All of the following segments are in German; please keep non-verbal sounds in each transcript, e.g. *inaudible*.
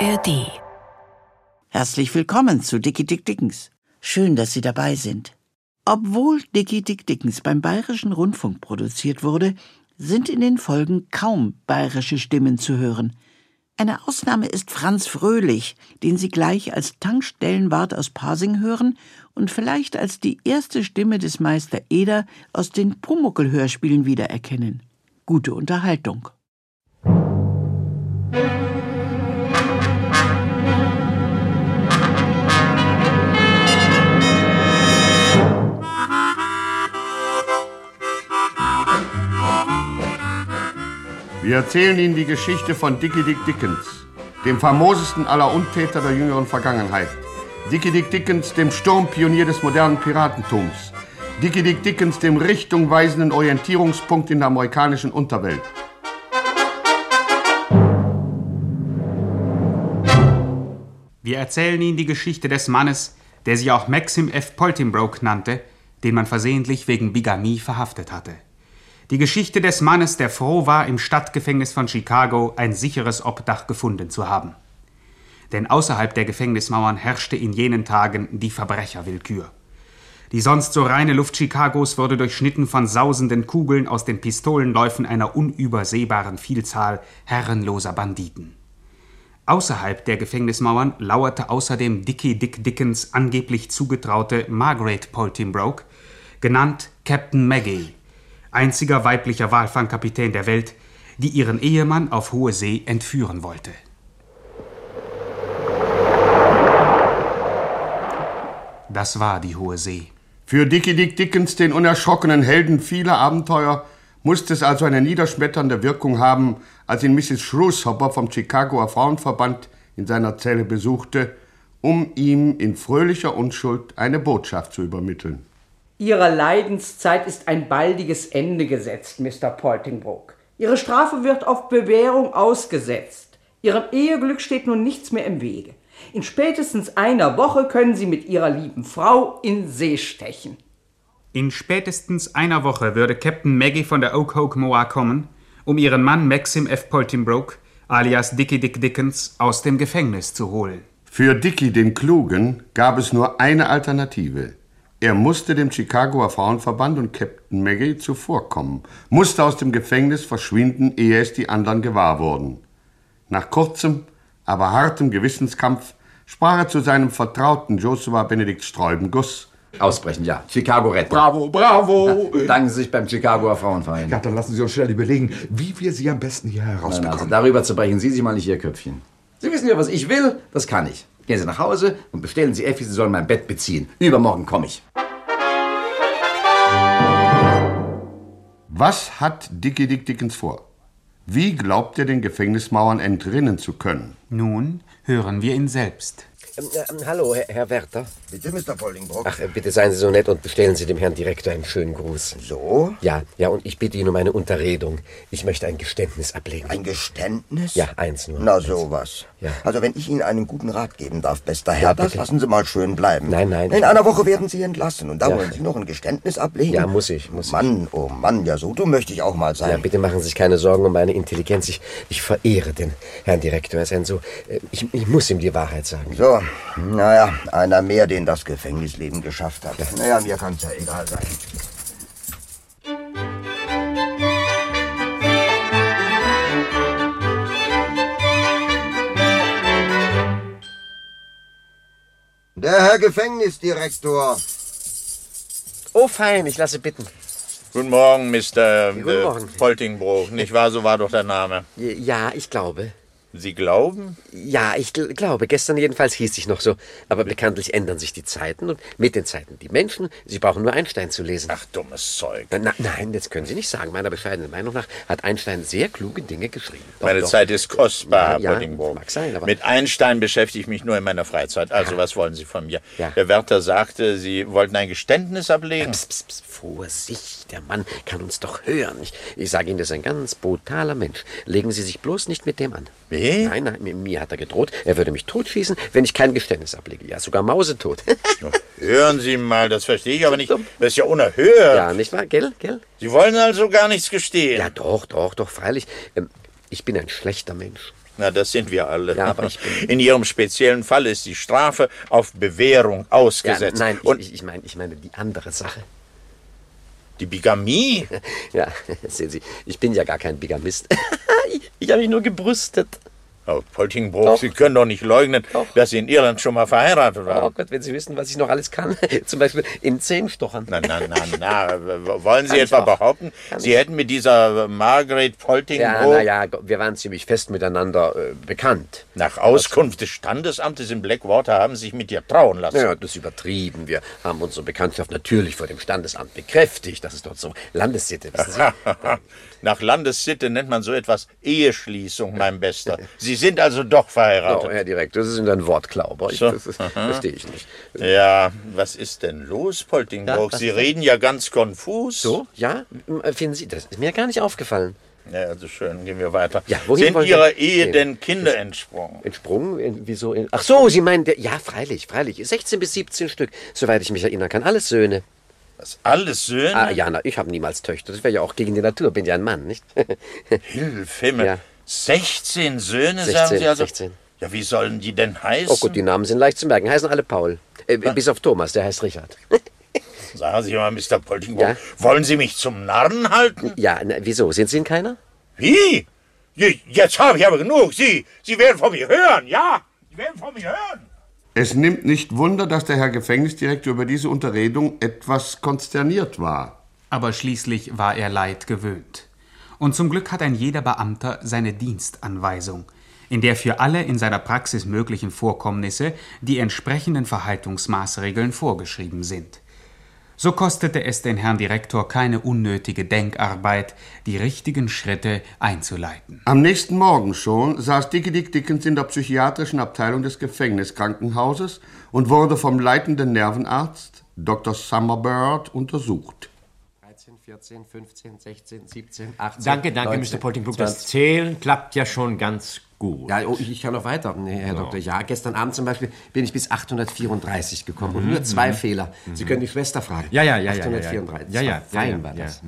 ARD. Herzlich willkommen zu Dicky Dick Dickens. Schön, dass Sie dabei sind. Obwohl Dicky Dick Dickens beim Bayerischen Rundfunk produziert wurde, sind in den Folgen kaum bayerische Stimmen zu hören. Eine Ausnahme ist Franz Fröhlich, den Sie gleich als Tankstellenwart aus Pasing hören und vielleicht als die erste Stimme des Meister Eder aus den Pumuckel-Hörspielen wiedererkennen. Gute Unterhaltung. Wir erzählen Ihnen die Geschichte von Dickie Dick Dickens, dem famosesten aller Untäter der jüngeren Vergangenheit. Dickie Dick Dickens, dem Sturmpionier des modernen Piratentums. Dickie Dick Dickens, dem richtungweisenden Orientierungspunkt in der amerikanischen Unterwelt. Wir erzählen Ihnen die Geschichte des Mannes, der sich auch Maxim F. Poltimbroke nannte, den man versehentlich wegen Bigamie verhaftet hatte. Die Geschichte des Mannes, der froh war, im Stadtgefängnis von Chicago ein sicheres Obdach gefunden zu haben. Denn außerhalb der Gefängnismauern herrschte in jenen Tagen die Verbrecherwillkür. Die sonst so reine Luft Chicagos wurde durchschnitten von sausenden Kugeln aus den Pistolenläufen einer unübersehbaren Vielzahl herrenloser Banditen. Außerhalb der Gefängnismauern lauerte außerdem Dickie Dick Dickens angeblich zugetraute Margaret Poltimbroke, genannt Captain Maggie, einziger weiblicher Walfangkapitän der Welt, die ihren Ehemann auf hohe See entführen wollte. Das war die hohe See. Für Dickie Dick Dickens, den unerschrockenen Helden vieler Abenteuer, musste es also eine niederschmetternde Wirkung haben, als ihn Mrs. Shrewshopper vom Chicagoer Frauenverband in seiner Zelle besuchte, um ihm in fröhlicher Unschuld eine Botschaft zu übermitteln. Ihrer Leidenszeit ist ein baldiges Ende gesetzt, Mr. Poltingbrook. Ihre Strafe wird auf Bewährung ausgesetzt. Ihrem Eheglück steht nun nichts mehr im Wege. In spätestens einer Woche können Sie mit Ihrer lieben Frau in See stechen. In spätestens einer Woche würde Captain Maggie von der Okokomoa kommen, um ihren Mann Maxim F. Poltimbroke, alias Dickie Dick Dickens, aus dem Gefängnis zu holen. Für Dicky den Klugen gab es nur eine Alternative. Er musste dem Chicagoer Frauenverband und Captain Maggie zuvorkommen, musste aus dem Gefängnis verschwinden, ehe es die anderen gewahr wurden. Nach kurzem, aber hartem Gewissenskampf sprach er zu seinem Vertrauten Joshua Benedikt Sträubenguss. Ausbrechen, ja. Chicago retten. Bravo, bravo! Danken Sie sich beim Chicagoer Frauenverein. Ja, dann lassen Sie uns schnell überlegen, wie wir Sie am besten hier Nein, also herausbekommen. darüber zu brechen Sie sich mal nicht Ihr Köpfchen. Sie wissen ja, was ich will, das kann ich. Gehen Sie nach Hause und bestellen Sie Effi, sie soll mein Bett beziehen. Übermorgen komme ich. Was hat Dickie Dick Dickens vor? Wie glaubt er den Gefängnismauern entrinnen zu können? Nun hören wir ihn selbst. Ähm, ähm, hallo, Herr, Herr Werther. Bitte, Mr. Pollingbrock. Ach, äh, bitte seien Sie so nett und bestellen Sie dem Herrn Direktor einen schönen Gruß. So? Ja, ja, und ich bitte Ihnen um eine Unterredung. Ich möchte ein Geständnis ablegen. Ein Geständnis? Ja, eins nur. Na sowas. Ja. Also wenn ich Ihnen einen guten Rat geben darf, bester Herr, das bitte. lassen Sie mal schön bleiben. Nein, nein. In einer Woche werden Sie entlassen und da Ja. wollen Sie noch ein Geständnis ablegen? Ja, muss ich, muss ich. Mann, oh Mann, ja so, du möchte ich auch mal sein. ja, bitte machen Sie sich keine Sorgen um meine Intelligenz. Ich, ich verehre den Herrn Direktor. Er ist ein so. äh, Ich, ich muss ihm die Wahrheit sagen. So, naja, einer mehr, den das Gefängnisleben geschafft hat. Naja, mir kann's ja egal sein. Der Herr Gefängnisdirektor. Oh, fein, ich lasse bitten. Guten Morgen, Mr. Guten äh, Morgen. Poltingbrook. Nicht wahr? So war doch der Name. Ja, ich glaube. Sie glauben? Ja, ich gl glaube, gestern jedenfalls hieß ich noch so. Aber bekanntlich ändern sich die Zeiten und mit den Zeiten die Menschen. Sie brauchen nur Einstein zu lesen. Ach, dummes Zeug. Na, na, nein, das können Sie nicht sagen. Meiner bescheidenen Meinung nach hat Einstein sehr kluge Dinge geschrieben. Doch, Meine doch. Zeit ist kostbar, Ja, ja, Herr Poltingbrook. mag sein, aber- Mit Einstein beschäftige ich mich nur in meiner Freizeit. Also, was wollen Sie von mir? Ja. Der Wärter sagte, Sie wollten ein Geständnis ablegen. Psst, psst, psst, Vorsicht, der Mann kann uns doch hören. Ich, ich sage Ihnen, das ist ein ganz brutaler Mensch. Legen Sie sich bloß nicht mit dem an. Wie? Nein, nein, mir, mir hat er gedroht, er würde mich totschießen, wenn ich kein Geständnis ablege. Ja, sogar mausetot. *laughs* Hören Sie mal, das verstehe ich aber nicht. Dumm. Das ist ja unerhört. ja, nicht wahr? Gell, gell? Sie wollen also gar nichts gestehen. Ja, doch, doch, doch, freilich. Ähm, ich bin ein schlechter Mensch. Na, das sind wir alle. Ja, aber ich bin- In Ihrem speziellen Fall ist die Strafe auf Bewährung Ja, ausgesetzt. nein, ich, Und ich, ich, meine, ich meine die andere *laughs* Sache. die Bigamie? Ja, sehen Sie, ich bin ja gar kein Bigamist. *laughs* ich ich habe mich nur gebrüstet. Frau Poltingbrook, Doch. Sie können doch nicht leugnen, Doch. dass Sie in Irland schon mal verheiratet waren. Oh Gott, wenn Sie wissen, was ich noch alles *laughs* kann. Zum Beispiel in Zehenstochern. Na, na, na, na. Wollen Sie Kann ich etwa auch. behaupten, Kann Sie ich. hätten mit dieser Margaret Ja, Poltingbrook naja, wir waren ziemlich fest miteinander äh, bekannt. nach Auskunft des Standesamtes in Blackwater haben Sie sich mit ihr trauen lassen? Naja, das ist übertrieben. Wir haben unsere Bekanntschaft natürlich vor dem Standesamt bekräftigt. Das ist dort so Landessitte, wissen Sie? *laughs* Nach Landessitte nennt man so etwas Eheschließung, *laughs* mein Bester. Sie sind also doch verheiratet. Oh, Herr Direktor, Sie sind ein Wortklauber. Ich, So. das das verstehe ich nicht. Ja, was ist denn los, Poltingbrook? Ja, was Sie ist reden ja ganz konfus. So, ja? M- äh, Finden Sie, das ist mir gar nicht aufgefallen. Ja, also schön, gehen wir weiter. Ja, wohin Sind wollen wir Ihrer Ehe gehen? denn Kinder entsprungen? Entsprungen? In, wieso? In, ach so, Sie meinen, der, ja, freilich, freilich. 16 bis 17 Stück, soweit ich mich erinnern kann. Alles Söhne. Was, alles Söhne? Ah, ja, na, ich habe niemals Töchter. Das wäre ja auch gegen die Natur. Bin ja ein Mann, nicht? *laughs* Hilfe, Himmel. Ja. 16 Söhne, 16, sagen Sie also? 16. Ja, wie sollen die denn heißen? Oh Gott, die Namen sind leicht zu merken. Heißen alle Paul. Äh, bis auf Thomas, der heißt *laughs* Richard. Sagen Sie mal, Mr. Poltingbrook, Ja? wollen Sie mich zum Narren halten? ja, na, wieso? Sind Sie in keiner? Wie? Je- Jetzt habe ich aber genug. Sie, Sie werden von mir hören, ja? Sie werden von mir hören. Es nimmt nicht Wunder, dass der Herr Gefängnisdirektor über diese Unterredung etwas konsterniert war. Aber schließlich war er Leid gewöhnt. Und zum Glück hat ein jeder Beamter seine Dienstanweisung, in der für alle in seiner Praxis möglichen Vorkommnisse die entsprechenden Verhaltungsmaßregeln vorgeschrieben sind. So kostete es den Herrn Direktor keine unnötige Denkarbeit, die richtigen Schritte einzuleiten. Am nächsten Morgen schon saß Dickie Dick Dickens in der psychiatrischen Abteilung des Gefängniskrankenhauses und wurde vom leitenden Nervenarzt Dr. Summerbird untersucht. 13, 14, 15, 16, 17, 18. Danke, danke, Mr. Poltingbrook. Das Zählen klappt ja schon ganz gut. Ja, oh, ich ich kann noch weiter, nee, Herr Doktor. Ja, gestern Abend zum Beispiel bin ich bis 834 gekommen und nur zwei Fehler. Sie können die Schwester fragen. Mhm, Ja, ja, ja, ja, ja, ja. 834. Ja, ja, Das war fein ja, ja, Mhm. war ja. das.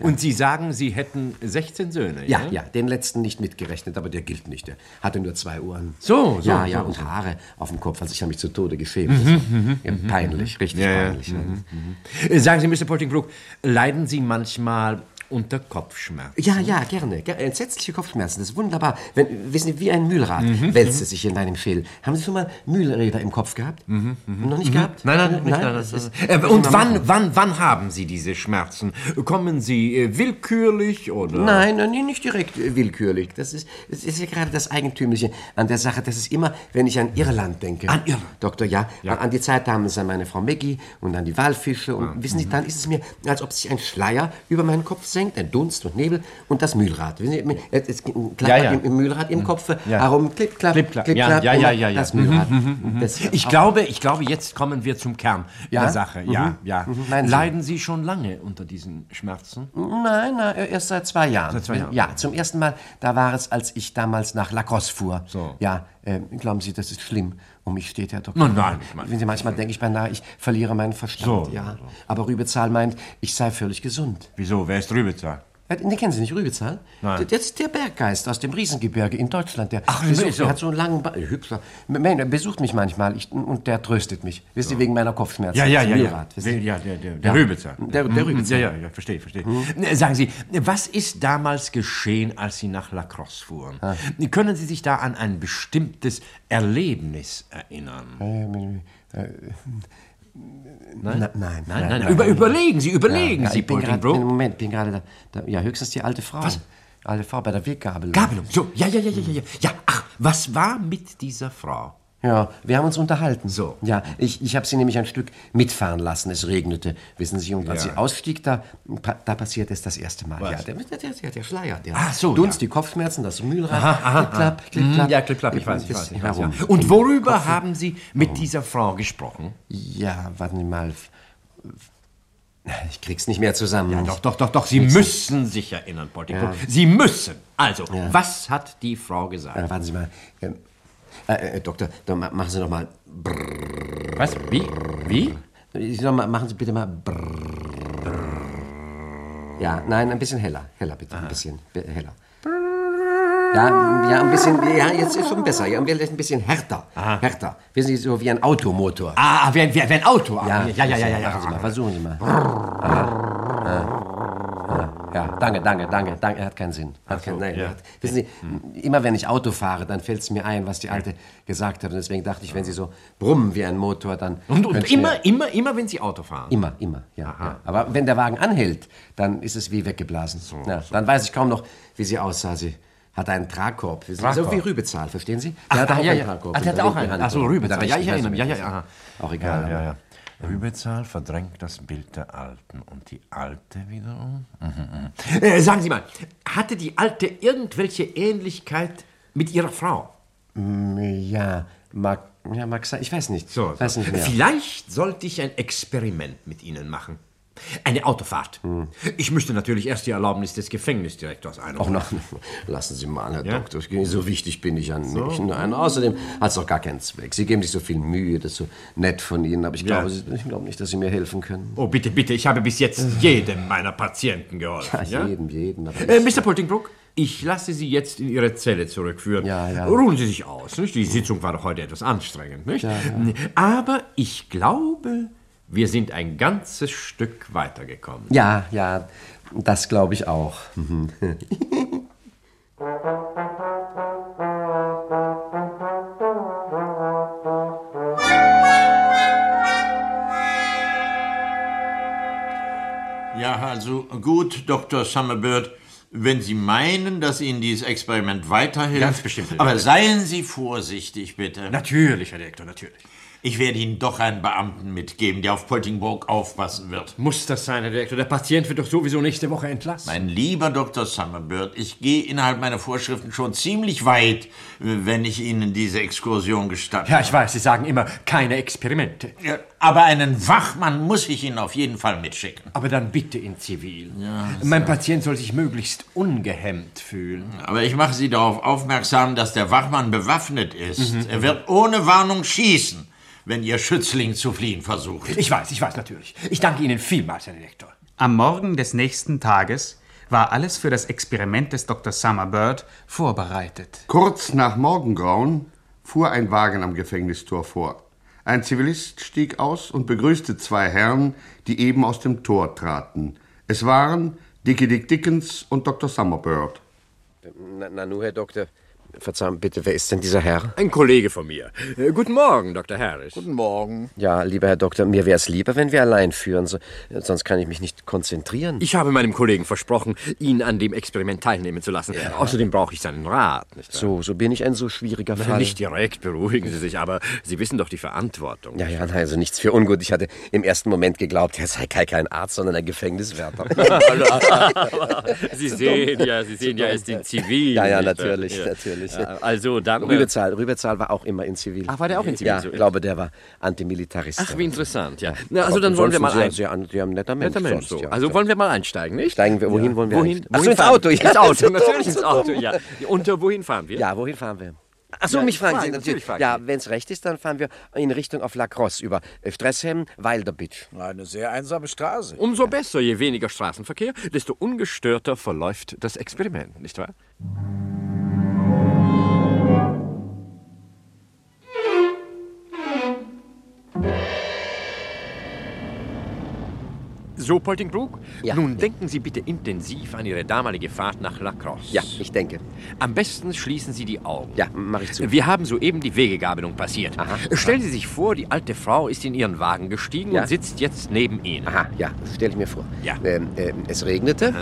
Und Sie sagen, Sie hätten 16 Söhne, Ja, ja? ja, den letzten nicht mitgerechnet, aber der gilt nicht. Der hatte nur zwei Ohren. So, so, Ja, so, Mhm, ja, und Haare auf dem Kopf. Also ich habe mich zu Tode geschämt. Das war- ja, peinlich, richtig Ja, ja. peinlich. ja. Äh, Sagen Sie, Mr. Poltingbrook, leiden Sie manchmal unter Kopfschmerzen? Ja, ja, gerne. Ge- Entsetzliche Kopfschmerzen, das ist wunderbar. Wenn, wissen Sie, wie ein Mühlrad Mhm, wälzt es sich in deinem Schädel. Haben Sie schon mal Mühlräder im Kopf gehabt? Noch nicht gehabt? Mhm, Nein, nein, nicht, nein, das ist, äh, und wann, wann, wann haben Sie diese Schmerzen? Kommen Sie äh, willkürlich oder? Nein, nein, nee, nicht direkt äh, willkürlich. Das ist, das ist ja gerade das Eigentümliche an der Sache. Das ist immer, wenn ich an Irland denke. An Irland? Doktor, ja. An, an die Zeit damals, an meine Frau Maggie und an die Walfische. Ah, Und wissen mhm. Sie, dann ist es mir, als ob sich ein Schleier über meinen Kopf senkt, ein Dunst und Nebel und das Mühlrad. Wissen Sie, mir- es, es klappt Ja, ja. Im, im Mühlrad im Kopf Ja. herum, klipp, klapp, Klipp, klipp, klapp, klapp. Ja, ja, ja, immer ja, ja. das Mühlrad. Das, Ich glaube, ich glaube, jetzt kommen wir zum Kern Ja? der Sache. Mhm. Ja, ja. Meinen Sie? Leiden Mhm. Sie schon lange unter diesen Schmerzen? Nein, nein, erst seit zwei Jahren. Seit zwei Jahren. Ja, zum ersten Mal, da war es, als ich damals nach Lacrosse fuhr. So. Ja, ähm, glauben Sie, das ist schlimm. Um mich steht Herr Doktor. Nein, nein, ich meine- Wenn Sie manchmal denke ich beinahe, ich verliere meinen Verstand. So. Ja. Aber Rübezahl meint, ich sei völlig gesund. Wieso? Wer ist Rübezahl? Äh, Den kennen Sie nicht, Rübezahl? Der- Nein. Jetzt der Berggeist aus dem Riesengebirge in Deutschland. Der, Ach, besucht, so. der hat so einen langen ba äh, Hübscher. Man, der besucht mich manchmal ich, und der tröstet mich. Wissen Sie, wegen meiner Kopfschmerzen. Ja, ja, ja. Ja, Mühlrad, wissen Sie? ja der, der, der Rübezahl. Der, der Mhm. Rübezahl. Ja, ja, ja, verstehe, verstehe. Äh, Sagen Sie, was ist damals geschehen, als Sie nach Lacrosse fuhren? Ah. Können Sie sich da an ein bestimmtes Erlebnis erinnern? Nein, nein, nein. Nein, nein, über, überlegen Sie, überlegen ja, Sie, ich bin gerade, bin, Poltingbrook. Moment, bin gerade da, da. Ja, höchstens die alte Frau. Was? Alte Frau bei der Weggabelung. Gabelung, so, ja, ja, ja, ja, ja, ja. Ja, ach, was war mit dieser Frau? Ja, wir haben uns unterhalten. So. Ja, ich, ich habe sie nämlich ein Stück mitfahren lassen. Es regnete, wissen Sie. Und als Ja. sie ausstieg, da, pa- da passiert es das erste Mal. Ja, der, der, der, der, der Schleier. Der Ach so, Dunst, ja. die Kopfschmerzen, das Mühlrad. Aha, aha, klick, klapp, aha. klick, klapp. Ja, klipp, klapp, ich weiß, ich Das- weiß. Ich weiß ja. warum? Und worüber haben Sie mit dieser Frau gesprochen? Ja, warten Sie mal. Ich krieg's nicht mehr zusammen. Ja, Doch, doch, doch, doch, Sie müssen sich erinnern, Poltingbrook. Sie müssen. Also, was hat die Frau gesagt? Äh, warten Sie mal. Ähm, äh, äh, Doktor, doch, ma- machen Sie noch mal. Was? Wie? Wie? Ich sag mal, machen Sie bitte mal. Ah. brrrr. Ja, nein, ein bisschen heller. Heller bitte, ein bisschen be- heller. Ja, ja, ein bisschen, ja, jetzt ist schon besser. Ja, vielleicht ein bisschen härter. Härter. Wissen Sie, so wie ein Automotor. Ah, wie ein, wie ein Auto. Ah, Ja, ja, ja, ja, ja, ja. Machen Sie mal, versuchen Sie mal. Ah, Ja, ja, danke, danke, danke, danke. Er hat keinen Sinn. Hat keinen, nein, ja. Hm, hat, wissen Sie, immer wenn ich Auto fahre, dann fällt es mir ein, was die Alte gesagt hat. Und deswegen dachte ich, wenn Sie so brummen wie ein Motor, dann. Und, und könnte ich mir- immer, immer, immer, wenn Sie Auto fahren. Immer, immer, ja, ja. Aber wenn der Wagen anhält, dann ist es wie weggeblasen. ja, Dann weiß ich kaum noch, wie sie aussah. Sie hatte einen Tragkorb. Wissen Sie, So Tragkorb. wie Rübezahl, verstehen Sie? Der Ach, hatte ah, ja, ja. Ah, der in hatte der auch linken einen. Hand. Ach so, Rübezahl. Mit Ja, der ich rechten erinnere mich. Hand. Ja, ja, ja. Auch egal. Ja, aber- ja, ja. Rübezahl verdrängt das Bild der Alten und die Alte wiederum. Mhm, mhm. Äh, sagen Sie mal, hatte die Alte irgendwelche Ähnlichkeit mit ihrer Frau? Mm, Ja, mag, ja, mag sein. Ich weiß nicht. Weiß nicht mehr. Vielleicht sollte ich ein Experiment mit Ihnen machen. Eine Autofahrt. Hm. Ich müsste natürlich erst die Erlaubnis des Gefängnisdirektors Auch *laughs* einholen. noch. Lassen Sie mal, Herr Ja? Doktor. So wichtig bin ich ja nicht. Nein, außerdem hat es doch gar keinen Zweck. Sie geben sich so viel Mühe, das ist so nett von Ihnen. Aber ich Ja. glaube, Sie- ich glaube nicht, dass Sie mir helfen können. Oh, bitte, bitte, ich habe *laughs* bis jetzt jedem meiner Patienten geholfen. Ja, Jedem, jedem. Aber Äh, Mr. Poltingbrook, ich lasse Sie jetzt in Ihre Zelle zurückführen. Ja, ja. Ruhen Sie sich aus. Nicht? Die Sitzung war doch heute etwas anstrengend. Nicht? Aber ich glaube, wir sind ein ganzes Stück weitergekommen. Ja, ja, das glaube ich auch. Mhm. Ja, also gut, Dr. Summerbird, wenn Sie meinen, dass Ihnen dieses Experiment weiterhilft. Ganz bestimmt. Aber seien Sie vorsichtig, bitte. Natürlich, Herr Direktor, natürlich. Ich werde Ihnen doch einen Beamten mitgeben, der auf Poltingburg aufpassen wird. Muss das sein, Herr Direktor? Der Patient wird doch sowieso nächste Woche entlassen. Mein lieber Dr. Summerbird, ich gehe innerhalb meiner Vorschriften schon ziemlich weit, wenn ich Ihnen diese Exkursion gestatte. Ja, ich weiß, Sie sagen immer, keine Experimente. Ja, Aber einen Wachmann muss ich Ihnen auf jeden Fall mitschicken. Aber dann bitte in Zivil. Ja, mein Patient soll sich möglichst ungehemmt fühlen. Aber ich mache Sie darauf aufmerksam, dass der Wachmann bewaffnet ist. Mhm. Er wird ohne Warnung schießen, wenn Ihr Schützling zu fliehen versucht. Ich weiß, ich weiß natürlich. Ich danke Ihnen vielmals, Herr Direktor. Am Morgen des nächsten Tages war alles für das Experiment des Dr. Summerbird vorbereitet. Kurz nach Morgengrauen fuhr ein Wagen am Gefängnistor vor. Ein Zivilist stieg aus und begrüßte zwei Herren, die eben aus dem Tor traten. Es waren Dickie Dick Dickens und Dr. Summerbird. Na, na nu, Herr Doktor, verzeihen bitte, wer ist denn dieser Herr? Ein Kollege von mir. Äh, Guten Morgen, Dr. Harris. Guten Morgen. Ja, lieber Herr Doktor, mir wäre es lieber, wenn wir allein führen, so, äh, sonst kann ich mich nicht konzentrieren. Ich habe meinem Kollegen versprochen, ihn an dem Experiment teilnehmen zu lassen. Außerdem brauche ich seinen Rat. Nicht wahr? So, so bin ich ein so schwieriger Na, Fall. Nicht direkt, beruhigen Sie sich, aber Sie wissen doch die Verantwortung. ja, ja, nein, also nichts für ungut. Ich hatte im ersten Moment geglaubt, er sei kein- kein Arzt, sondern ein Gefängniswärter. *laughs* *laughs* Sie sehen ja, Sie sehen ja, er ist in Zivil. Ja, ja, nicht wahr? natürlich, Ja. natürlich. Ja, Also dann. äh, Rübezahl, Rübezahl war auch immer in Zivil. Ach, war der auch in Zivil? Ja, So, ich ja. glaube, der war Antimilitarist. Ach, wie interessant, ja. Na, also dann Ansonsten wollen wir mal sehr, ein. Sehr, sehr, ein netter Mensch. Netter Mensch, sonst, so. ja. Also wollen wir mal einsteigen, nicht? Steigen wir, wohin wollen wir Wohin? eigentlich? Ach so, wohin ins fahren Auto, wir? ja. Ins So *laughs* Auto, dumm, natürlich ins so Auto, dumm. ja. Und äh, wohin fahren wir? Ja, wohin fahren wir? Ach so, Ja, mich fragen fragen, Sie natürlich natürlich. fragen ja, wenn es recht ist, dann fahren wir in Richtung auf La Crosse über äh, Stressheim, Wilder Beach. Eine sehr einsame Straße. Umso besser, je weniger Straßenverkehr, desto ungestörter verläuft das Experiment, nicht wahr? So, Poltingbrook, nun denken Sie bitte intensiv an Ihre damalige Fahrt nach La Crosse. Ja, ich denke. Am besten schließen Sie die Augen. Ja, mache ich zu. Wir haben soeben die Wegegabelung passiert. Stellen Sie sich vor, die alte Frau ist in ihren Wagen gestiegen Ja. und sitzt jetzt neben Ihnen. Aha, ja, stelle ich mir vor. Ja. Ähm, ähm, es regnete,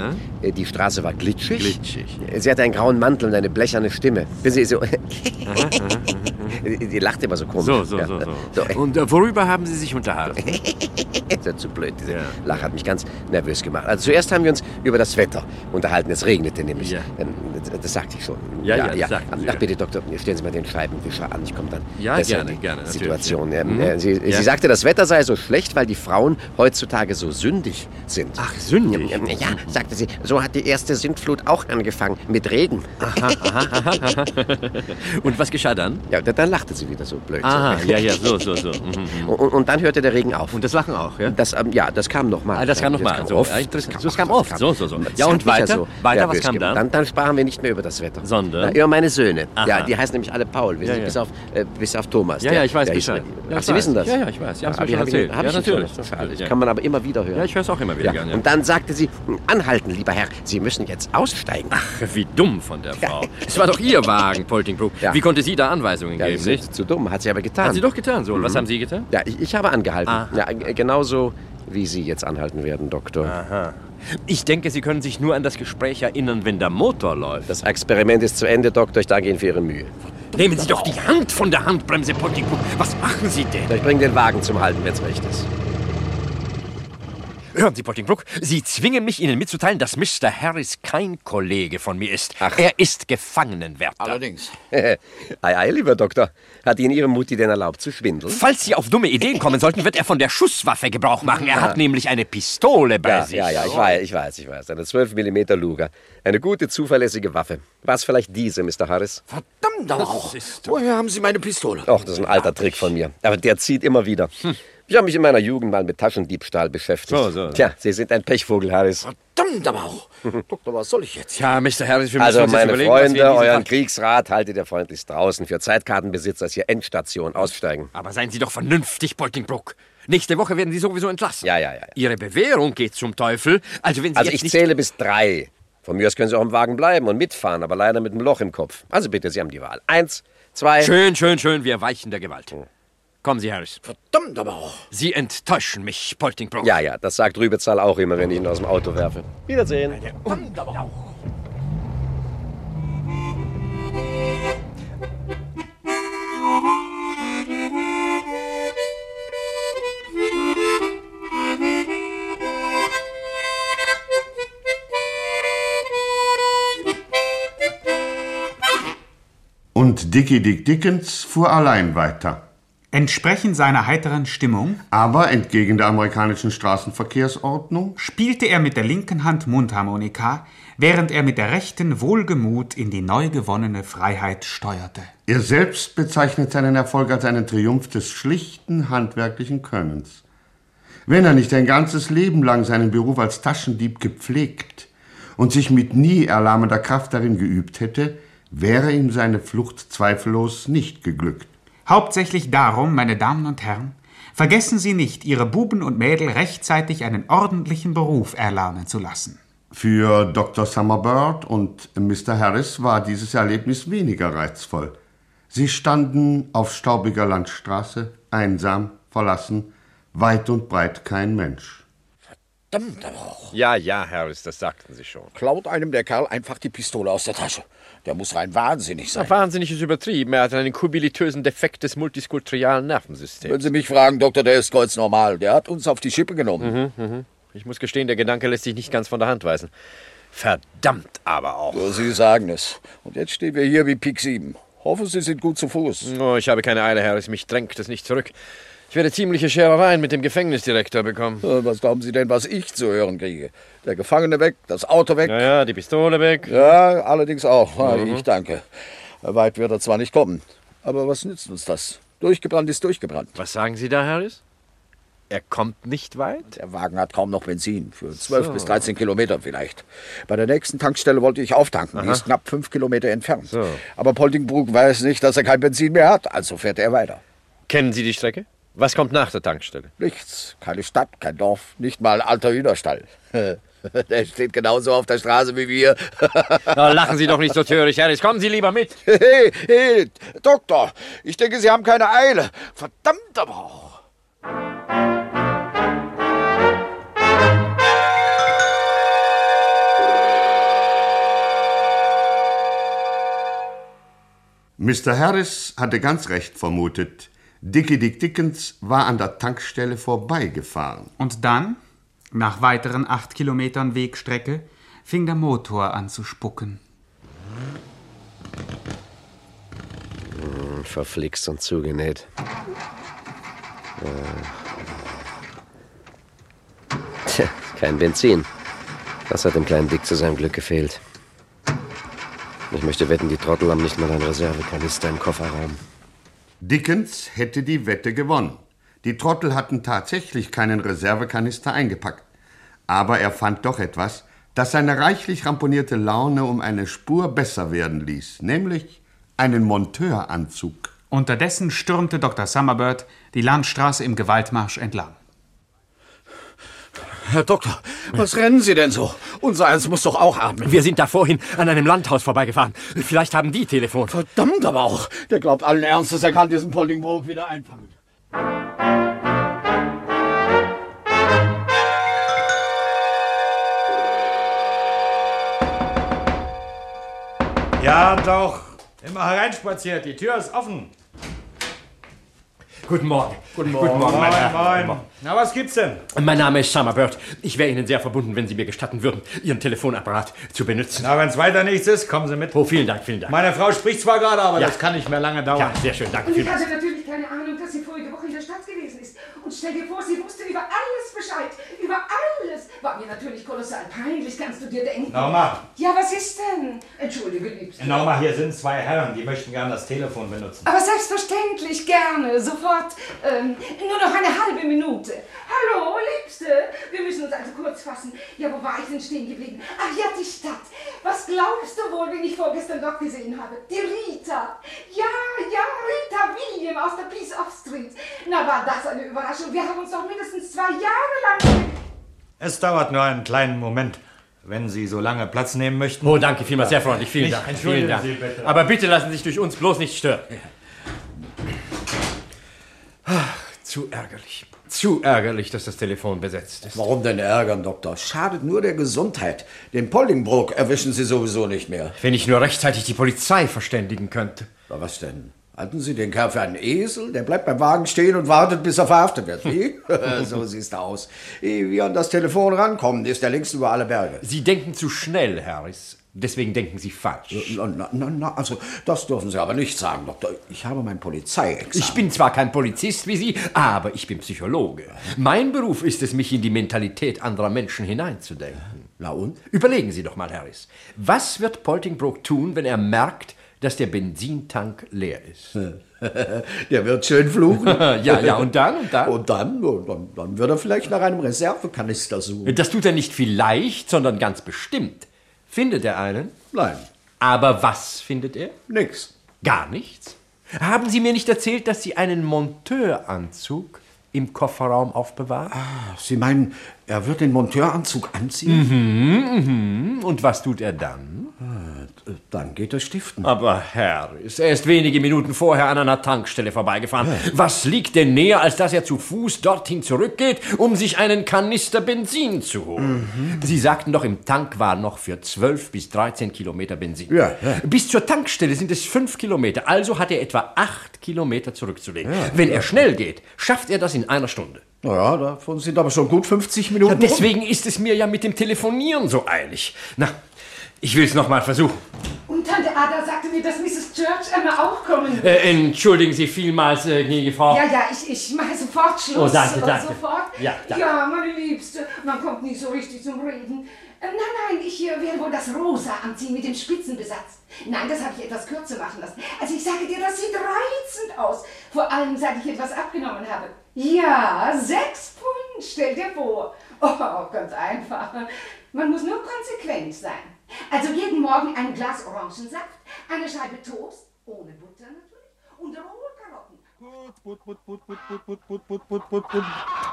äh, die Straße war glitschig. Glitschig. Äh, Sie hatte einen grauen Mantel und eine blecherne Stimme. Wissen Sie, so. *laughs* die lacht immer so komisch. So, so, Ja, so, äh, so. äh, Und äh, worüber haben Sie sich unterhalten? *laughs* ist ja zu blöd. Diese Lache hat mich ganz nervös gemacht. Also zuerst haben wir uns über das Wetter unterhalten. Es regnete nämlich. Ja. Ähm, das- Das sagte ich schon. Ja, ja, das sagten Sie, Ach ja. bitte, Doktor, stellen Sie mal den Scheibenwischer an. Ich komme dann Ja, besser gerne, in die gerne, natürlich. Situation. Ja. Ähm, Mhm. äh, Sie, Ja. sie sagte, das Wetter sei so schlecht, weil die Frauen heutzutage so sündig sind. Ach, sündig? Ja, ja, sagte sie. So hat die erste Sintflut auch angefangen. Mit Regen. Aha, aha, aha, aha. Und was geschah dann? Ja, da- dann lachte sie wieder so blöd. Aha, So. ja, ja, so, so, so. Mhm. Und, und dann hörte der Regen auf. Und das Lachen auch, ja? Das, ähm, ja, das kam nochmal. Ah, das kam nochmal. So, ja, interessant. So, es kam oft. So, so, so. Ja, und sicher weiter? so. Weiter, Ja, was Böschke. kam dann? dann? Dann sprachen wir nicht mehr über das Wetter. Sondern? Na, über meine Söhne. Aha. Ja, die heißen nämlich alle Paul, wissen Ja, Sie, ja. Bis, auf, äh, bis auf Thomas. Ja, Der- ja, ich weiß der Bescheid. Ja, Ach, ich Sie weiß. wissen das? Ja, ja, ich weiß. Ja, Ja, das hab hab ich ich, hab schon ich, erzählt. hab Ja, ich Ihnen schon natürlich. erzählt. Schade. Ja. Kann man aber immer wieder hören. Ja, ich hör's auch immer wieder gerne, ja. Und dann sagte sie, "Hm, anhalten, lieber Herr, Sie müssen jetzt aussteigen. Ach, wie dumm von der Frau. Es war doch Ihr Wagen, Poltingbrook. Wie konnte sie da Anweisungen Ja, Mhm. geben, sie- nicht? Zu dumm, hat sie aber getan. Hat sie doch getan, so. Und was haben Sie getan? Ja, ich, ich habe angehalten. Aha. Ja, äh, genauso wie Sie jetzt anhalten werden, Doktor. Aha. Ich denke, Sie können sich nur an das Gespräch erinnern, wenn der Motor läuft. Das Experiment ist zu Ende, Doktor. Ich danke Ihnen für Ihre Mühe. Nehmen Sie doch die Hand von der Handbremse, Poltingbrook. Was machen Sie denn? Ich bringe den Wagen zum Halten, wenn's recht ist. Hören Sie, Poltingbrook, Sie zwingen mich, Ihnen mitzuteilen, dass Mr. Harris kein Kollege von mir ist. Er ist Gefangenenwärter. Allerdings. *laughs* ei, ei, lieber Doktor. Hat Ihnen Ihre Mutti denn erlaubt zu schwindeln? Falls Sie auf dumme Ideen kommen sollten, wird er von der Schusswaffe Gebrauch machen. Er Ja. hat nämlich eine Pistole bei Ja, sich. ja, ja, ich weiß, ich weiß, ich weiß. Eine 12 mm Luger. Eine gute, zuverlässige Waffe. War es vielleicht diese, Mr. Harris? Verdammt auch. Woher haben Sie meine Pistole? Och, das ist ein alter Trick von mir. Aber der zieht immer wieder. Ich habe mich in meiner Jugend mal mit Taschendiebstahl beschäftigt. Hm. So, so, so. Tja, Sie sind ein Pechvogel, Harris. Verdammt aber *laughs* auch. Doktor, was soll ich jetzt? Ja, Mr. Harris, wir müssen Also, uns jetzt meine überlegen, was wir Freunde, in diesem euren Fall- Kriegsrat haltet ihr freundlichst draußen. Für Zeitkartenbesitzer ist hier Endstation. Aussteigen. Aber seien Sie doch vernünftig, Poltingbrook. Nächste Woche werden Sie sowieso entlassen. Ja, ja, ja. Ihre Bewährung geht zum Teufel. Also, wenn Sie Also jetzt ich nicht... zähle bis drei. Von mir aus können Sie auch im Wagen bleiben und mitfahren, aber leider mit einem Loch im Kopf. Also bitte, Sie haben die Wahl. Eins, zwei. Oh. Schön, schön, schön, wir weichen der Gewalt. Kommen Sie, Harris. Verdammt aber auch. Sie enttäuschen mich, Poltingbrook. Ja, ja, das sagt Rübezahl auch immer, wenn ich ihn aus dem Auto werfe. Wiedersehen. Verdammt aber auch. Und Dicky Dick Dickens fuhr allein weiter. Entsprechend seiner heiteren Stimmung Aber entgegen der amerikanischen Straßenverkehrsordnung spielte er mit der linken Hand Mundharmonika, während er mit der rechten wohlgemut in die neu gewonnene Freiheit steuerte. Er selbst bezeichnet seinen Erfolg als einen Triumph des schlichten handwerklichen Könnens. Wenn er nicht ein ganzes Leben lang seinen Beruf als Taschendieb gepflegt und sich mit nie erlahmender Kraft darin geübt hätte, wäre ihm seine Flucht zweifellos nicht geglückt. Hauptsächlich darum, meine Damen und Herren, vergessen Sie nicht, Ihre Buben und Mädel rechtzeitig einen ordentlichen Beruf erlernen zu lassen. Für Dr. Summerbird und Mr. Harris war dieses Erlebnis weniger reizvoll. Sie standen auf staubiger Landstraße, einsam, verlassen, weit und breit kein Mensch. Verdammt aber auch. Ja, ja, Harris, das sagten Sie schon. Klaut einem der Kerl einfach die Pistole aus der Tasche. Der muss rein wahnsinnig sein. wahnsinnig ist übertrieben. Er hat einen kubilitösen Defekt des multiskulturalen Nervensystems. Wenn Sie mich fragen, Doktor, der ist ganz normal. Der hat uns auf die Schippe genommen. Ich muss gestehen, der Gedanke lässt sich nicht ganz von der Hand weisen. Verdammt aber auch. So, Sie sagen es. Und jetzt stehen wir hier wie Pik 7. Hoffe, Sie sind gut zu Fuß. Oh, ich habe keine Eile, Harris. Mich drängt es nicht zurück. Ich werde ziemliche Scherereien mit dem Gefängnisdirektor bekommen. Was glauben Sie denn, was ich zu hören kriege? Der Gefangene weg, das Auto weg. Ja, ja, die Pistole weg. Ja, allerdings auch. *laughs* Ah, Mhm. Ich danke. Weit wird er zwar nicht kommen, aber was nützt uns das? Durchgebrannt ist durchgebrannt. Was sagen Sie da, Harris? Er kommt nicht weit? Der Wagen hat kaum noch Benzin. Für 12 So. bis 13 Kilometer vielleicht. Bei der nächsten Tankstelle wollte ich auftanken. Die Aha. ist knapp 5 Kilometer entfernt. Aber Poltingbrook weiß nicht, dass er kein Benzin mehr hat. Also fährt er weiter. Kennen Sie die Strecke? Was kommt nach der Tankstelle? Nichts. Keine Stadt, kein Dorf, nicht mal ein alter Hühnerstall. *laughs* Der steht genauso auf der Straße wie wir. *laughs* Na, lachen Sie doch nicht so töricht, Harris. Kommen Sie lieber mit. Hey, hey, Doktor, ich denke, Sie haben keine Eile. Verdammt aber auch. Mr. Harris hatte ganz recht vermutet. Dicky Dick Dickens war an der Tankstelle vorbeigefahren. Und dann, nach weiteren acht Kilometern Wegstrecke, fing der Motor an zu spucken. Hm, Verflixt und zugenäht. Äh. Tja, kein Benzin. Das hat dem kleinen Dick zu seinem Glück gefehlt. Ich möchte wetten, die Trottel haben nicht mal einen Reservekanister im Kofferraum. Dickens hätte die Wette gewonnen. Die Trottel hatten tatsächlich keinen Reservekanister eingepackt. Aber er fand doch etwas, das seine reichlich ramponierte Laune um eine Spur besser werden ließ, nämlich einen Monteuranzug. Unterdessen stürmte Dr. Summerbird die Landstraße im Gewaltmarsch entlang. Herr Doktor, was rennen Sie denn so? Unser eins muss doch auch atmen. Wir sind da vorhin an einem Landhaus vorbeigefahren. Vielleicht haben die Telefon. Verdammt aber auch. Der glaubt allen Ernstes, er kann diesen Pollingbrook wieder einfangen. Ja, doch. Immer hereinspaziert, die Tür ist offen. Guten Morgen. Guten Morgen. mein Moin, Herr. moin. Na, was gibt's denn? Mein Name ist Summerbird. Ich wäre Ihnen sehr verbunden, wenn Sie mir gestatten würden, Ihren Telefonapparat zu benutzen. Na, wenn's weiter nichts ist, kommen Sie mit. Oh, vielen Dank, vielen Dank. Meine Frau spricht zwar gerade, aber Ja. das kann nicht mehr lange dauern. ja, sehr schön, danke, Und ich vielen Dank. hatte natürlich keine Ahnung, dass sie vorige Woche in der Stadt gewesen ist. Und stell dir vor, sie wusste über alles Bescheid. Über alles. War mir natürlich kolossal peinlich, kannst du dir denken. Norma. Ja, was ist denn? Entschuldige, Liebste. Nochmal, hier sind zwei Herren, die möchten gerne das Telefon benutzen. Aber selbstverständlich, gerne, sofort. Ähm, nur noch eine halbe Minute. Hallo, Liebste. Wir müssen uns also kurz fassen. Ja, wo war ich denn stehen geblieben? Ach ja, die Stadt. Was glaubst du wohl, wen ich vorgestern dort gesehen habe? Die Rita. Ja, ja, Rita William aus der Peace of Street. Na, war das eine Überraschung. Wir haben uns doch mindestens zwei Jahre lang... Es dauert nur einen kleinen Moment, wenn Sie so lange Platz nehmen möchten. Oh, danke vielmals, sehr freundlich, vielen Nicht- Dank. Entschuldigen vielen Dank. Sie bitte. Aber bitte lassen Sie sich durch uns bloß nicht stören. Ach, zu ärgerlich. Zu ärgerlich, dass das Telefon besetzt ist. Warum denn ärgern, Doktor? Schadet nur der Gesundheit. Den Pollingbrook erwischen Sie sowieso nicht mehr. Wenn ich nur rechtzeitig die Polizei verständigen könnte. Aber was denn? Halten Sie den Kerl für einen Esel? Der bleibt beim Wagen stehen und wartet, bis er verhaftet wird. *laughs* Wie? so sieht's da aus. Ehe wir an das Telefon rankommen, ist er längst über alle Berge. Sie denken zu schnell, Harris. Deswegen denken Sie falsch. Na, na, na, na, also, das dürfen Sie aber nicht sagen, Doktor. Ich habe mein Polizeiexamen. Ich bin zwar kein Polizist wie Sie, aber ich bin Psychologe. Mein Beruf ist es, mich in die Mentalität anderer Menschen hineinzudenken. Na und? Überlegen Sie doch mal, Harris. Was wird Poltingbrook tun, wenn er merkt, dass der Benzintank leer ist? Der wird schön *laughs* fluchen. ja, ja, und dann? Und dann? Und dann, und dann, dann wird er vielleicht nach einem Reservekanister suchen. Das tut er nicht vielleicht, sondern ganz bestimmt. Findet er einen? Nein. Aber was findet er? Nix. Gar nichts? Haben Sie mir nicht erzählt, dass Sie einen Monteuranzug im Kofferraum aufbewahren? Sie meinen, er wird den Monteuranzug anziehen? Mhm, mhm. Und was tut er dann? Dann geht er stiften. Aber Harris, er ist wenige Minuten vorher an einer Tankstelle vorbeigefahren. Was liegt denn näher, als dass er zu Fuß dorthin zurückgeht, um sich einen Kanister Benzin zu holen? Sie sagten doch, im Tank war noch für 12 bis 13 Kilometer Benzin. Ja, ja. Bis zur Tankstelle sind es 5 Kilometer, also hat er etwa 8 Kilometer zurückzulegen. Ja, Wenn ja. er schnell geht, schafft er das in einer Stunde. Naja, davon sind aber schon gut 50 Minuten. Ja, deswegen ist es mir ja mit dem Telefonieren so eilig. Na, ich will es nochmal versuchen. Und Tante Ada sagte mir, dass Mrs. Church einmal auch kommen wird. Äh, entschuldigen Sie vielmals, äh, gnädige Frau. Ja, ja, ich, ich mache sofort Schluss. Oh, danke, Und danke. Sofort. Ja, danke. ja, meine Liebste, man kommt nie so richtig zum Reden. Äh, Nein, nein, ich äh, werde wohl das rosa anziehen mit dem Spitzenbesatz. Nein, das habe ich etwas kürzer machen lassen. Also ich sage dir, das sieht reizend aus. Vor allem, seit ich etwas abgenommen habe. Ja, sechs Pfund, stell dir vor. Oh, ganz einfach. Man muss nur konsequent sein. Also jeden Morgen ein Glas Orangensaft, eine Scheibe Toast, ohne Butter natürlich, und rohe Karotten. Put, put,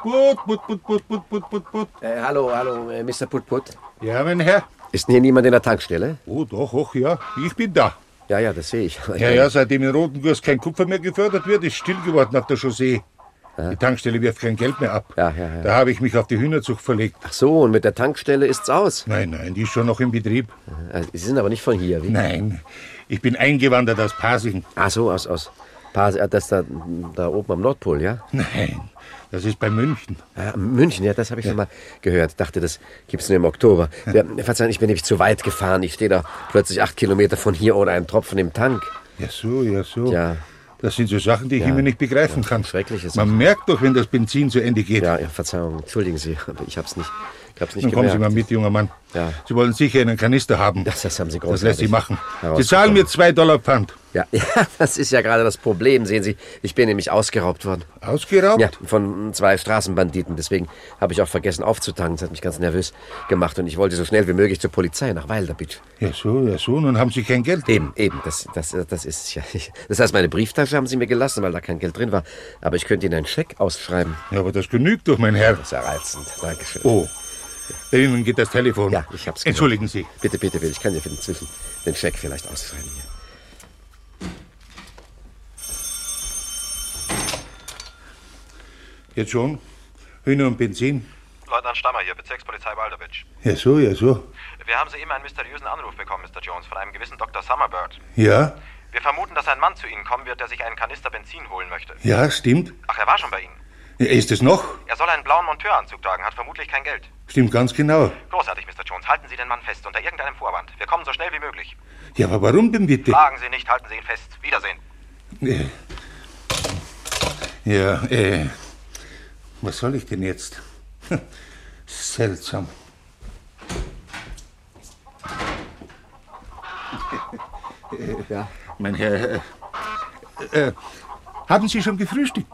put, put, put, put, put, put. Äh, hallo, hallo, äh, Mr. Putput. Ja, mein Herr. Ist denn hier niemand in der Tankstelle? Oh, doch, och, ja. Ich bin da. Ja, ja, das sehe ich. Ja, ja, seitdem in Rotengurs kein Kupfer mehr gefördert wird, ist still geworden auf der Chaussee. Die Tankstelle wirft kein Geld mehr ab. Ja, ja, ja. Da habe ich mich auf die Hühnerzucht verlegt. Ach so, und mit der Tankstelle ist's aus? Äh, Nein, nein, die ist schon noch im Betrieb. Sie sind aber nicht von hier, wie? Nein, ich bin eingewandert aus Pasing. Ach so, aus, aus Pas äh, das da, da oben am Nordpol, ja? Nein, das ist bei München. Ah, München, ja, das habe ich schon mal gehört. Dachte, das gibt's nur im Oktober. Ja, verzeihen, ich bin nämlich zu weit gefahren. Ich stehe da plötzlich acht Kilometer von hier ohne einen Tropfen im Tank. Ja, so, ja, so. Ja. Das sind so Sachen, die ich Ja, immer nicht begreifen kann. Schreckliches. Man merkt doch, wenn das Benzin zu Ende geht. Ja, ja, Verzeihung, entschuldigen Sie, aber ich hab's nicht Ich hab's nicht Nun kommen Sie mal gemerkt. mit, junger Mann. Ja. Sie wollen sicher einen Kanister haben. Das, das haben Sie Das lässt großartig sich machen. Sie herausgefunden. zahlen mir zwei Dollar Pfand. Ja, *laughs* ja, das ist ja gerade das Problem, sehen Sie. Ich bin nämlich ausgeraubt worden. Ausgeraubt? Ja, von zwei Straßenbanditen. Deswegen habe ich auch vergessen aufzutanken. Das hat mich ganz nervös gemacht und ich wollte so schnell wie möglich zur Polizei nach Wilderbütt. Ja, so, ja, so. Nun haben Sie kein Geld. Eben, eben. Das, das, das ist es ja. *laughs* Das heißt, meine Brieftasche haben Sie mir gelassen, weil da kein Geld drin war. Aber ich könnte Ihnen einen Scheck ausschreiben. Ja, aber das genügt doch, mein Herr. Das ist ja reizend. Dankeschön. Oh, bei Ihnen geht das Telefon. Ja, ich hab's Entschuldigen Sie. Bitte, bitte, bitte. Ich kann dir für den Zwischen den Scheck vielleicht ausschreiben. Hier. Jetzt schon? Hühner und Benzin? Leutnant Stammer hier, Bezirkspolizei Waldowitsch. Ja, so, ja, so. Wir haben soeben einen mysteriösen Anruf bekommen, Mr. Jones, von einem gewissen Dr. Summerbird. Ja, Wir vermuten, dass ein Mann zu Ihnen kommen wird, der sich einen Kanister Benzin holen möchte. ja, stimmt. Ach, er war schon bei Ihnen. Ja, Ist es noch? Er soll einen blauen Monteuranzug tragen, hat vermutlich kein Geld. Stimmt ganz genau. Großartig, Mr. Jones. Halten Sie den Mann fest, unter irgendeinem Vorwand. Wir kommen so schnell wie möglich. Ja, aber warum denn bitte? Fragen Sie nicht, halten Sie ihn fest. Wiedersehen. Äh, Ja, äh, was soll ich denn jetzt? *laughs* Hm, Seltsam. Ja. Mein Herr, äh, äh, haben Sie *laughs* schon gefrühstückt?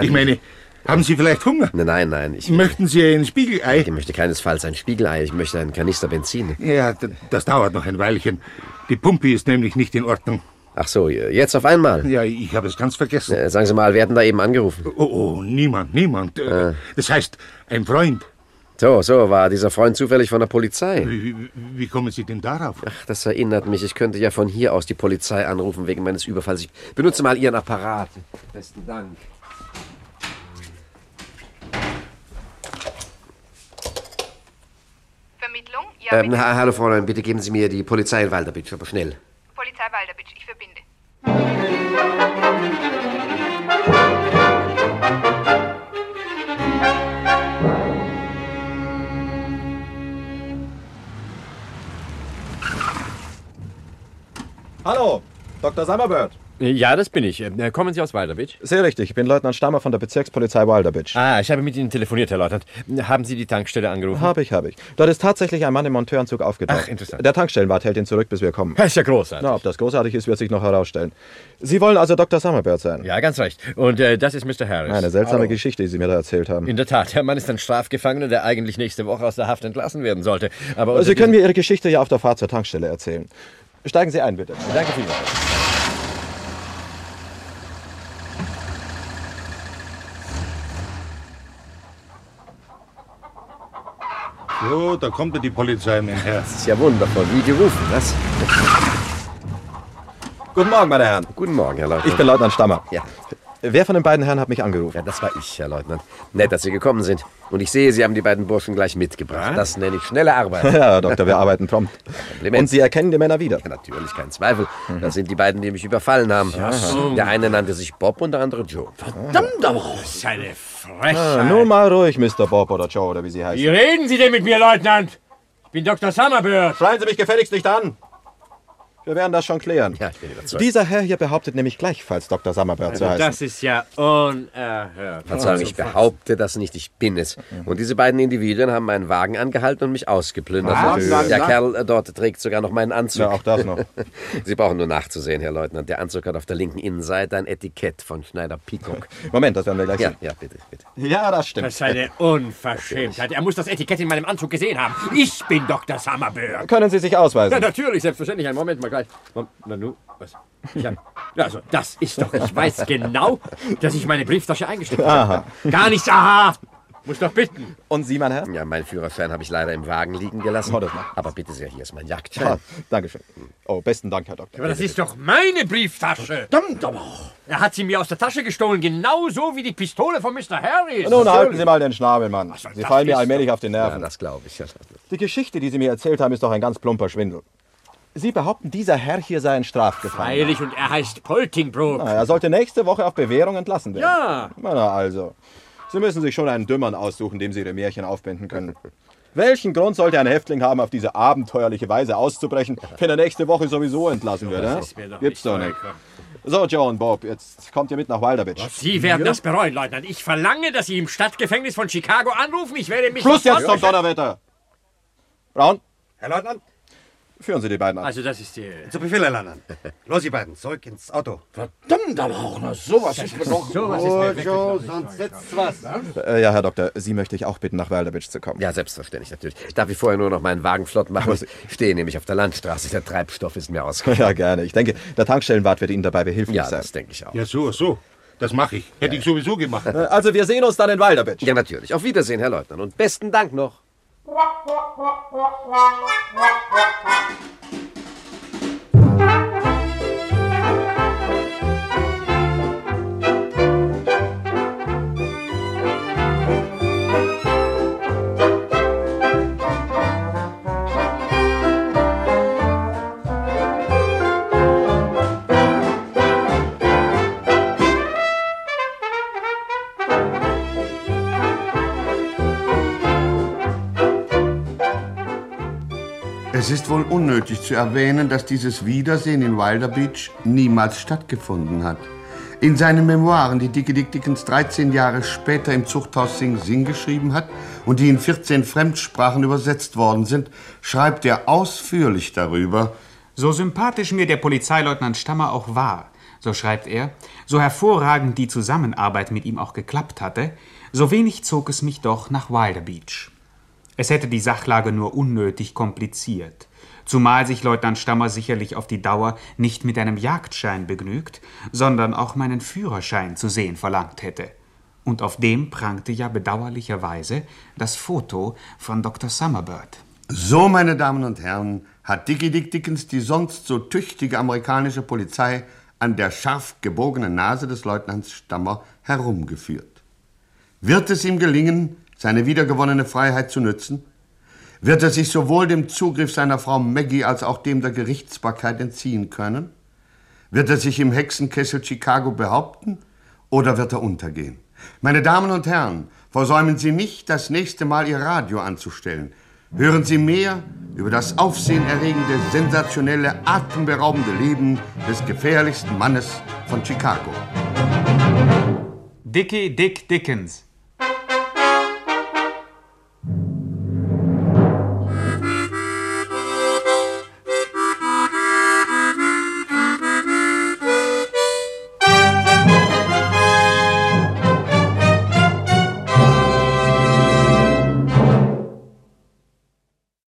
Ich meine, haben Sie vielleicht Hunger? Nein, nein, nein. Ich Möchten Sie ein Spiegelei? Ich möchte keinesfalls ein Spiegelei. Ich möchte einen Kanister Benzin. Ja, d- das dauert noch ein Weilchen. Die Pumpe ist nämlich nicht in Ordnung. Ach so, jetzt auf einmal? Ja, ich habe es ganz vergessen. Äh, Sagen Sie mal, wir hatten da eben angerufen. Oh, oh niemand, niemand. Äh, Das heißt, ein Freund. So, so, war dieser Freund zufällig von der Polizei? Wie, wie kommen Sie denn darauf? Ach, das erinnert mich. Ich könnte ja von hier aus die Polizei anrufen wegen meines Überfalls. Ich benutze mal Ihren Apparat. Besten Dank. Vermittlung? Ja, Ähm, ha hallo, Fräulein, bitte geben Sie mir die Polizei in Walderbitsch, aber schnell. Polizei Waldowitsch, ich verbinde. Hallo, Dr. Summerbird. Ja, das bin ich. Äh, Kommen Sie aus Walderbitsch? Sehr richtig, ich bin Leutnant Stammer von der Bezirkspolizei Walderbitsch. Ah, ich habe mit Ihnen telefoniert, Herr Leutnant. Haben Sie die Tankstelle angerufen? Habe ich, habe ich. Dort ist tatsächlich ein Mann im Monteuranzug aufgetaucht. Ach, interessant. Der Tankstellenwart hält ihn zurück, bis wir kommen. Das ist ja großartig. Na, ob das großartig ist, wird sich noch herausstellen. Sie wollen also Dr. Summerbird sein? Ja, ganz recht. Und äh, das ist Mr. Harris. Eine seltsame Hallo. Geschichte, die Sie mir da erzählt haben. In der Tat, der Mann ist ein Strafgefangener, der eigentlich nächste Woche aus der Haft entlassen werden sollte. Aber unter Sie können diesem- mir Ihre Geschichte ja auf der Fahrt zur Tankstelle erzählen. Steigen Sie ein, bitte. Danke vielmals. So, da kommt ja die Polizei, mein Herr. Das ist ja wundervoll. Wie gerufen, was? Guten Morgen, meine Herren. Guten Morgen, Herr Leutnant. Ich bin Leutnant Stammer. Ja. Wer von den beiden Herren hat mich angerufen? Ja, das war ich, Herr Leutnant. Nett, dass Sie gekommen sind. Und ich sehe, Sie haben die beiden Burschen gleich mitgebracht. Das nenne ich schnelle Arbeit. *laughs* ja, Herr Doktor, wir arbeiten prompt. Kompliment. Und Sie erkennen die Männer wieder. Ja, natürlich, kein Zweifel. Das sind die beiden, die mich überfallen haben. Ja, so. Der eine nannte sich Bob und der andere Joe. Verdammt aber! Seine Ah, Frechheit. nun mal ruhig, Mr. Bob oder Joe oder wie Sie heißen. Wie reden Sie denn mit mir, Leutnant? Ich bin Dr. Summerbird. Schreien Sie mich gefälligst nicht an. Wir werden das schon klären. Ja, ich bin überzeugt. Dieser Herr hier behauptet nämlich gleichfalls Dr. Summerbird zu Also, heißen. das ist ja unerhört. Verzeihung, ich behaupte das nicht, ich bin es. Und diese beiden Individuen haben meinen Wagen angehalten und mich ausgeplündert. Was? Der Was? Kerl äh, dort trägt sogar noch meinen Anzug. Ja, auch das noch. *laughs* Sie brauchen nur nachzusehen, Herr Leutnant. Der Anzug hat auf der linken Innenseite ein Etikett von Schneider Peacock. Moment, das werden wir gleich ja, sehen. Ja, bitte, bitte. Ja, das stimmt. Das ist eine Unverschämtheit. Er muss das Etikett in meinem Anzug gesehen haben. Ich bin Dr. Summerbird. Können Sie sich ausweisen? Ja, natürlich, selbstverständlich. Einen Moment mal gleich. Mom- Na nu, was? Ich hab, Ja, also, das ist doch, ich weiß genau, dass ich meine Brieftasche eingesteckt habe. Aha. Gar nichts, aha! Muss doch bitten. Und Sie, mein Herr? Ja, meinen Führerschein habe ich leider im Wagen liegen gelassen. Aber bitte sehr, hier ist mein Jagdschein. Ah, Dankeschön. Oh, besten Dank, Herr Doktor. Aber das ist doch meine Brieftasche. Verdammt aber Er hat sie mir aus der Tasche gestohlen, genauso wie die Pistole von Mr. Harris. Nun halten Sie mal den Schnabel, Mann. Sie das fallen mir ist allmählich auf die Nerven. das glaube ich. Die Geschichte, die Sie mir erzählt haben, ist doch ein ganz plumper Schwindel. Sie behaupten, dieser Herr hier sei ein Strafgefangener. Freilich, und er heißt Poltingbrook. Na, er sollte nächste Woche auf Bewährung entlassen werden. Ja. Na, na also. Sie müssen sich schon einen Dümmern aussuchen, dem Sie Ihre Märchen aufbinden können. Welchen Grund sollte ein Häftling haben, auf diese abenteuerliche Weise auszubrechen, wenn er nächste Woche sowieso entlassen wird? Das hä? ist mir doch Gibt's nicht doch nicht. So, John, Bob, jetzt kommt ihr mit nach Walderbitch. Sie werden das bereuen, Leutnant. Ich verlange, dass Sie im Stadtgefängnis von Chicago anrufen. Ich werde mich. Schluss jetzt sofort- zum Donnerwetter! Braun? Herr Leutnant? Führen Sie die beiden an. Also, das ist die. Zu Befehl, Herr Leutnant. Los, ihr beiden, zurück ins Auto. Verdammt, aber auch noch sowas ist mir doch- mir Oh, Joe, wirklich- sonst setzt was. Äh, ja, Herr Doktor, Sie möchte ich auch bitten, nach Walderbitch zu kommen. Ja, selbstverständlich, natürlich. Darf ich vorher nur noch meinen Wagen flott machen? Ich stehe nämlich auf der Landstraße. Der Treibstoff *laughs* ist mir ausgegangen. Ja, gerne. Ich denke, der Tankstellenwart wird Ihnen dabei behilflich Ja, sein. das denke ich auch. Ja, so, so. Das mache ich. Hätte ich sowieso gemacht. Also, wir sehen uns dann in Walderbitch. Ja, natürlich. Auf Wiedersehen, Herr Leutnant. Und besten Dank noch. Es ist wohl unnötig zu erwähnen, dass dieses Wiedersehen in Wilder Beach niemals stattgefunden hat. In seinen Memoiren, die Dickie Dick Dickens 13 Jahre später im Zuchthaus Sing Sing geschrieben hat und die in 14 Fremdsprachen übersetzt worden sind, schreibt er ausführlich darüber. So sympathisch mir der Polizeileutnant Stammer auch war, so schreibt er, so hervorragend die Zusammenarbeit mit ihm auch geklappt hatte, so wenig zog es mich doch nach Wilder Beach. Es hätte die Sachlage nur unnötig kompliziert, zumal sich Leutnant Stammer sicherlich auf die Dauer nicht mit einem Jagdschein begnügt, sondern auch meinen Führerschein zu sehen verlangt hätte. Und auf dem prangte ja bedauerlicherweise das Foto von Dr. Summerbird. So, meine Damen und Herren, hat Dickie Dick Dickens die sonst so tüchtige amerikanische Polizei an der scharf gebogenen Nase des Leutnants Stammer herumgeführt. Wird es ihm gelingen, seine wiedergewonnene Freiheit zu nützen? Wird er sich sowohl dem Zugriff seiner Frau Maggie als auch dem der Gerichtsbarkeit entziehen können? Wird er sich im Hexenkessel Chicago behaupten oder wird er untergehen? Meine Damen und Herren, versäumen Sie nicht, das nächste Mal Ihr Radio anzustellen. Hören Sie mehr über das aufsehenerregende, sensationelle, atemberaubende Leben des gefährlichsten Mannes von Chicago. Dickie Dick Dickens